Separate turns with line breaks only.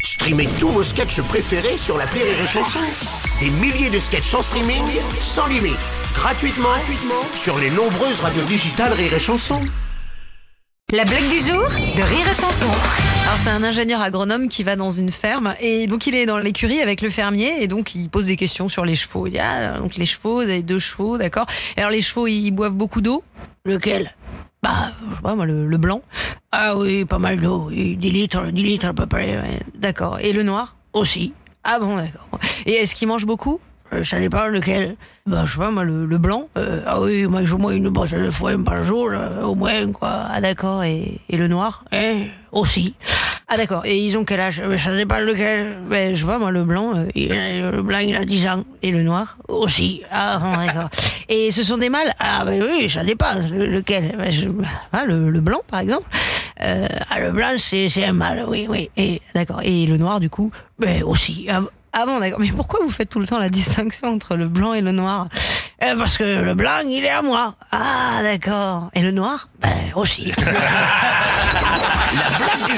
Streamez tous vos sketchs préférés sur la Rire et Chanson. Des milliers de sketchs en streaming, sans limite, gratuitement, gratuitement sur les nombreuses radios digitales Rire et Chanson.
La blague du jour de Rire et Chanson.
Alors Ah, c'est un ingénieur agronome qui va dans une ferme et donc il est dans l'écurie avec le fermier et donc il pose des questions sur les chevaux. Il dit ah donc les chevaux, vous avez deux chevaux, d'accord. Et Alors les chevaux ils boivent beaucoup d'eau. Lequel Bah je sais pas moi le, le blanc. Ah oui pas mal d'eau, oui, 10 litres, 10 litres à peu près. ouais. D'accord. Et le noir Aussi. Ah bon d'accord. Et est-ce qu'il mange beaucoup ça dépend lequel. Bah, je sais pas, moi, le, le blanc. Euh, ah oui, moi, je moins une boîte de foin par jour, euh, au moins, quoi. Ah, d'accord. Et, et le noir Eh, aussi. Ah, d'accord. Et ils ont quel âge Euh, Ça dépend lequel. Ben, je sais pas, moi, le blanc, euh, il a- le blanc, il a 10 ans. Et le noir Aussi. Ah, bon, d'accord. et ce sont des mâles Ah, ben oui, ça dépend. Le- Lequel Ben, je- ah, le, le blanc, par exemple Euh, Ah, le blanc, c'est c'est un mâle, oui, oui. Et- D'accord. Et le noir, du coup Ben, aussi. Ah, ah bon, d'accord. Mais pourquoi vous faites tout le temps la distinction entre le blanc et le noir Eh, Parce que le blanc, il est à moi. Ah, d'accord. Et le noir Ben, aussi.
La blague du